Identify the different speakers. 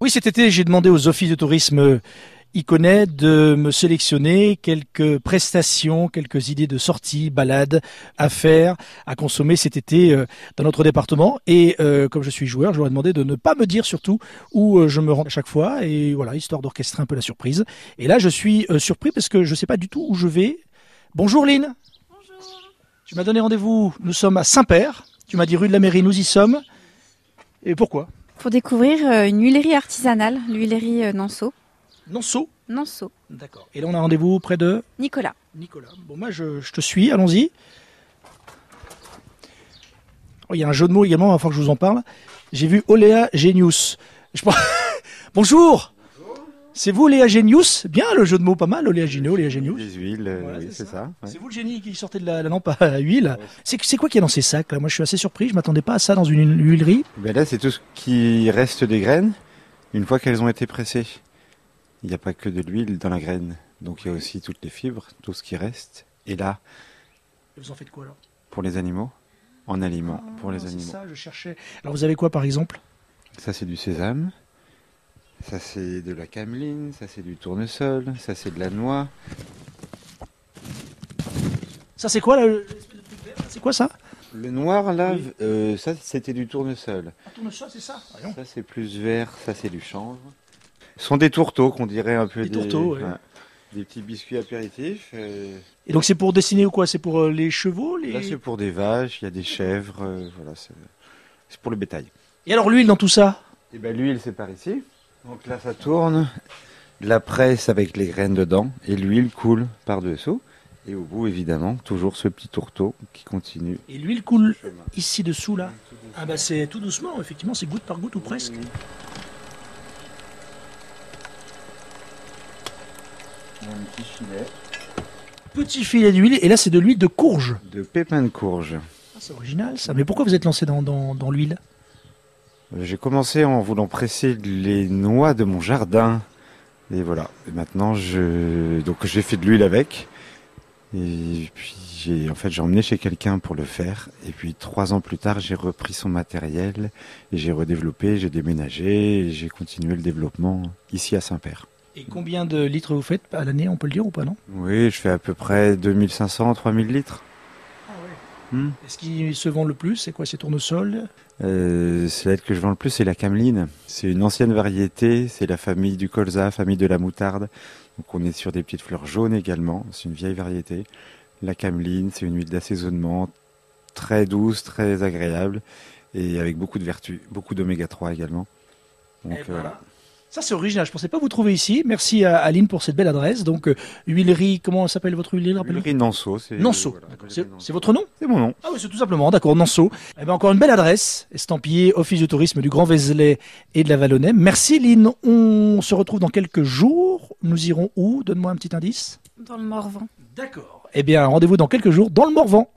Speaker 1: Oui, cet été, j'ai demandé aux offices de tourisme Iconet de me sélectionner quelques prestations, quelques idées de sorties, balades à faire, à consommer cet été euh, dans notre département. Et euh, comme je suis joueur, je leur ai demandé de ne pas me dire surtout où euh, je me rends à chaque fois, et voilà, histoire d'orchestrer un peu la surprise. Et là, je suis euh, surpris parce que je ne sais pas du tout où je vais. Bonjour Lynn,
Speaker 2: Bonjour.
Speaker 1: tu m'as donné rendez-vous, nous sommes à Saint-Père, tu m'as dit rue de la mairie, nous y sommes. Et pourquoi
Speaker 2: Pour découvrir euh, une huilerie artisanale, l'huilerie euh, Nanceau.
Speaker 1: Nanceau.
Speaker 2: Nanceau.
Speaker 1: D'accord. Et là, on a rendez-vous près de...
Speaker 2: Nicolas.
Speaker 1: Nicolas, bon, moi je, je te suis, allons-y. Oh, il y a un jeu de mots également, il va falloir que je vous en parle. J'ai vu Oléa Genius. Je pense- Bonjour C'est vous Oléa Genius Bien le jeu de mots, pas mal, Oléa Genius. Oléa Genius.
Speaker 3: Des huiles, euh,
Speaker 1: Voilà,
Speaker 3: oui,
Speaker 1: c'est
Speaker 3: c'est ça. ouais.
Speaker 1: C'est vous le génie qui sortait de la, la lampe à huile. C'est c'est quoi qu'il y a dans ces sacs là Moi je suis assez surpris, je m'attendais pas à ça dans une huilerie.
Speaker 3: Ben là, c'est tout ce qui reste des graines une fois qu'elles ont été pressées. Il n'y a pas que de l'huile dans la graine. Donc il y a aussi toutes les fibres, tout ce qui reste. Et là,
Speaker 1: Vous en faites quoi alors
Speaker 3: pour les animaux, en aliment pour les animaux.
Speaker 1: Ah, C'est
Speaker 3: Ça,
Speaker 1: ça, je cherchais. Alors vous avez quoi par exemple
Speaker 3: c'est du sésame. Ça, c'est de la cameline. Ça, c'est du tournesol. Ça, c'est de la noix.
Speaker 1: Ça c'est quoi là le- l'espèce de truc vert, là C'est quoi ça
Speaker 3: Le noir, là,
Speaker 1: Oui.
Speaker 3: euh, ça, c'était du tournesol.
Speaker 1: Un tournesol, c'est ça Voyons.
Speaker 3: Ça, c'est plus vert. Ça, c'est du chanvre. Ce sont des tourteaux qu'on dirait un peu
Speaker 1: Des
Speaker 3: des,
Speaker 1: tourteaux, ouais.
Speaker 3: des petits biscuits apéritifs. euh,
Speaker 1: Et donc c'est pour dessiner ou quoi C'est pour euh, les chevaux les...
Speaker 3: Là, c'est pour des vaches, il y a des chèvres, euh, voilà, c'est c'est pour le bétail.
Speaker 1: Et alors l'huile dans tout ça
Speaker 3: Et ben l'huile, c'est par ici. Donc là, ça tourne, la presse avec les graines dedans, et l'huile coule par-dessous. Et au bout, évidemment, toujours ce petit tourteau qui continue.
Speaker 1: Et l'huile coule
Speaker 3: le chemin.
Speaker 1: ici dessous là. Ah bah c'est tout doucement, effectivement, c'est goutte par goutte ou presque.
Speaker 3: Un petit filet
Speaker 1: Petit filet d'huile, et là c'est de l'huile de courge.
Speaker 3: de pépins de courge.
Speaker 1: Ah, c'est original ça. Mais pourquoi vous êtes lancé dans, dans, dans l'huile
Speaker 3: J'ai commencé en voulant presser les noix de mon jardin. Et voilà. Et maintenant, je... donc j'ai fait de l'huile avec. Et puis, j'ai, en fait, j'ai emmené chez quelqu'un pour le faire. Et puis, trois ans plus tard, j'ai repris son matériel. Et j'ai redéveloppé, j'ai déménagé. Et j'ai continué le développement ici à Saint-Père.
Speaker 1: Et combien de litres vous faites à l'année, on peut le dire ou pas non
Speaker 3: Oui, je fais à peu près 2500, 3000 litres.
Speaker 1: Ah ouais.
Speaker 3: Hmm.
Speaker 1: Et ce qui se vend le plus, c'est quoi C'est tournesol
Speaker 3: Euh, celle que je vends le plus, c'est la cameline. C'est une ancienne variété, c'est la famille du colza, famille de la moutarde. Donc on est sur des petites fleurs jaunes également, c'est une vieille variété. La cameline, c'est une huile d'assaisonnement très douce, très agréable et avec beaucoup de vertus, beaucoup d'oméga 3 également. Donc
Speaker 1: Eh
Speaker 3: euh,
Speaker 1: ben,
Speaker 3: voilà.
Speaker 1: Ça c'est original, je pensais pas vous trouver ici. Merci à Aline pour cette belle adresse. Donc euh, huilerie, comment s'appelle votre huilerie rappelez-moi
Speaker 3: L'huilerie Nanceau, c'est
Speaker 1: Nanceau.
Speaker 3: voilà,
Speaker 1: D'accord.
Speaker 3: l'huilerie
Speaker 1: C'est-
Speaker 3: Nanceau.
Speaker 1: c'est votre nom
Speaker 3: C'est mon nom.
Speaker 1: Ah oui, c'est tout simplement, d'accord, Nanceau. Eh ben, encore une belle adresse, estampillée Office de tourisme du Grand Vézelay et de la Vallonnais. Merci Lynn, on se retrouve dans quelques jours. Nous irons où Donne-moi un petit indice.
Speaker 2: Dans le Morvan.
Speaker 1: D'accord. Eh bien, rendez-vous dans quelques jours dans le Morvan.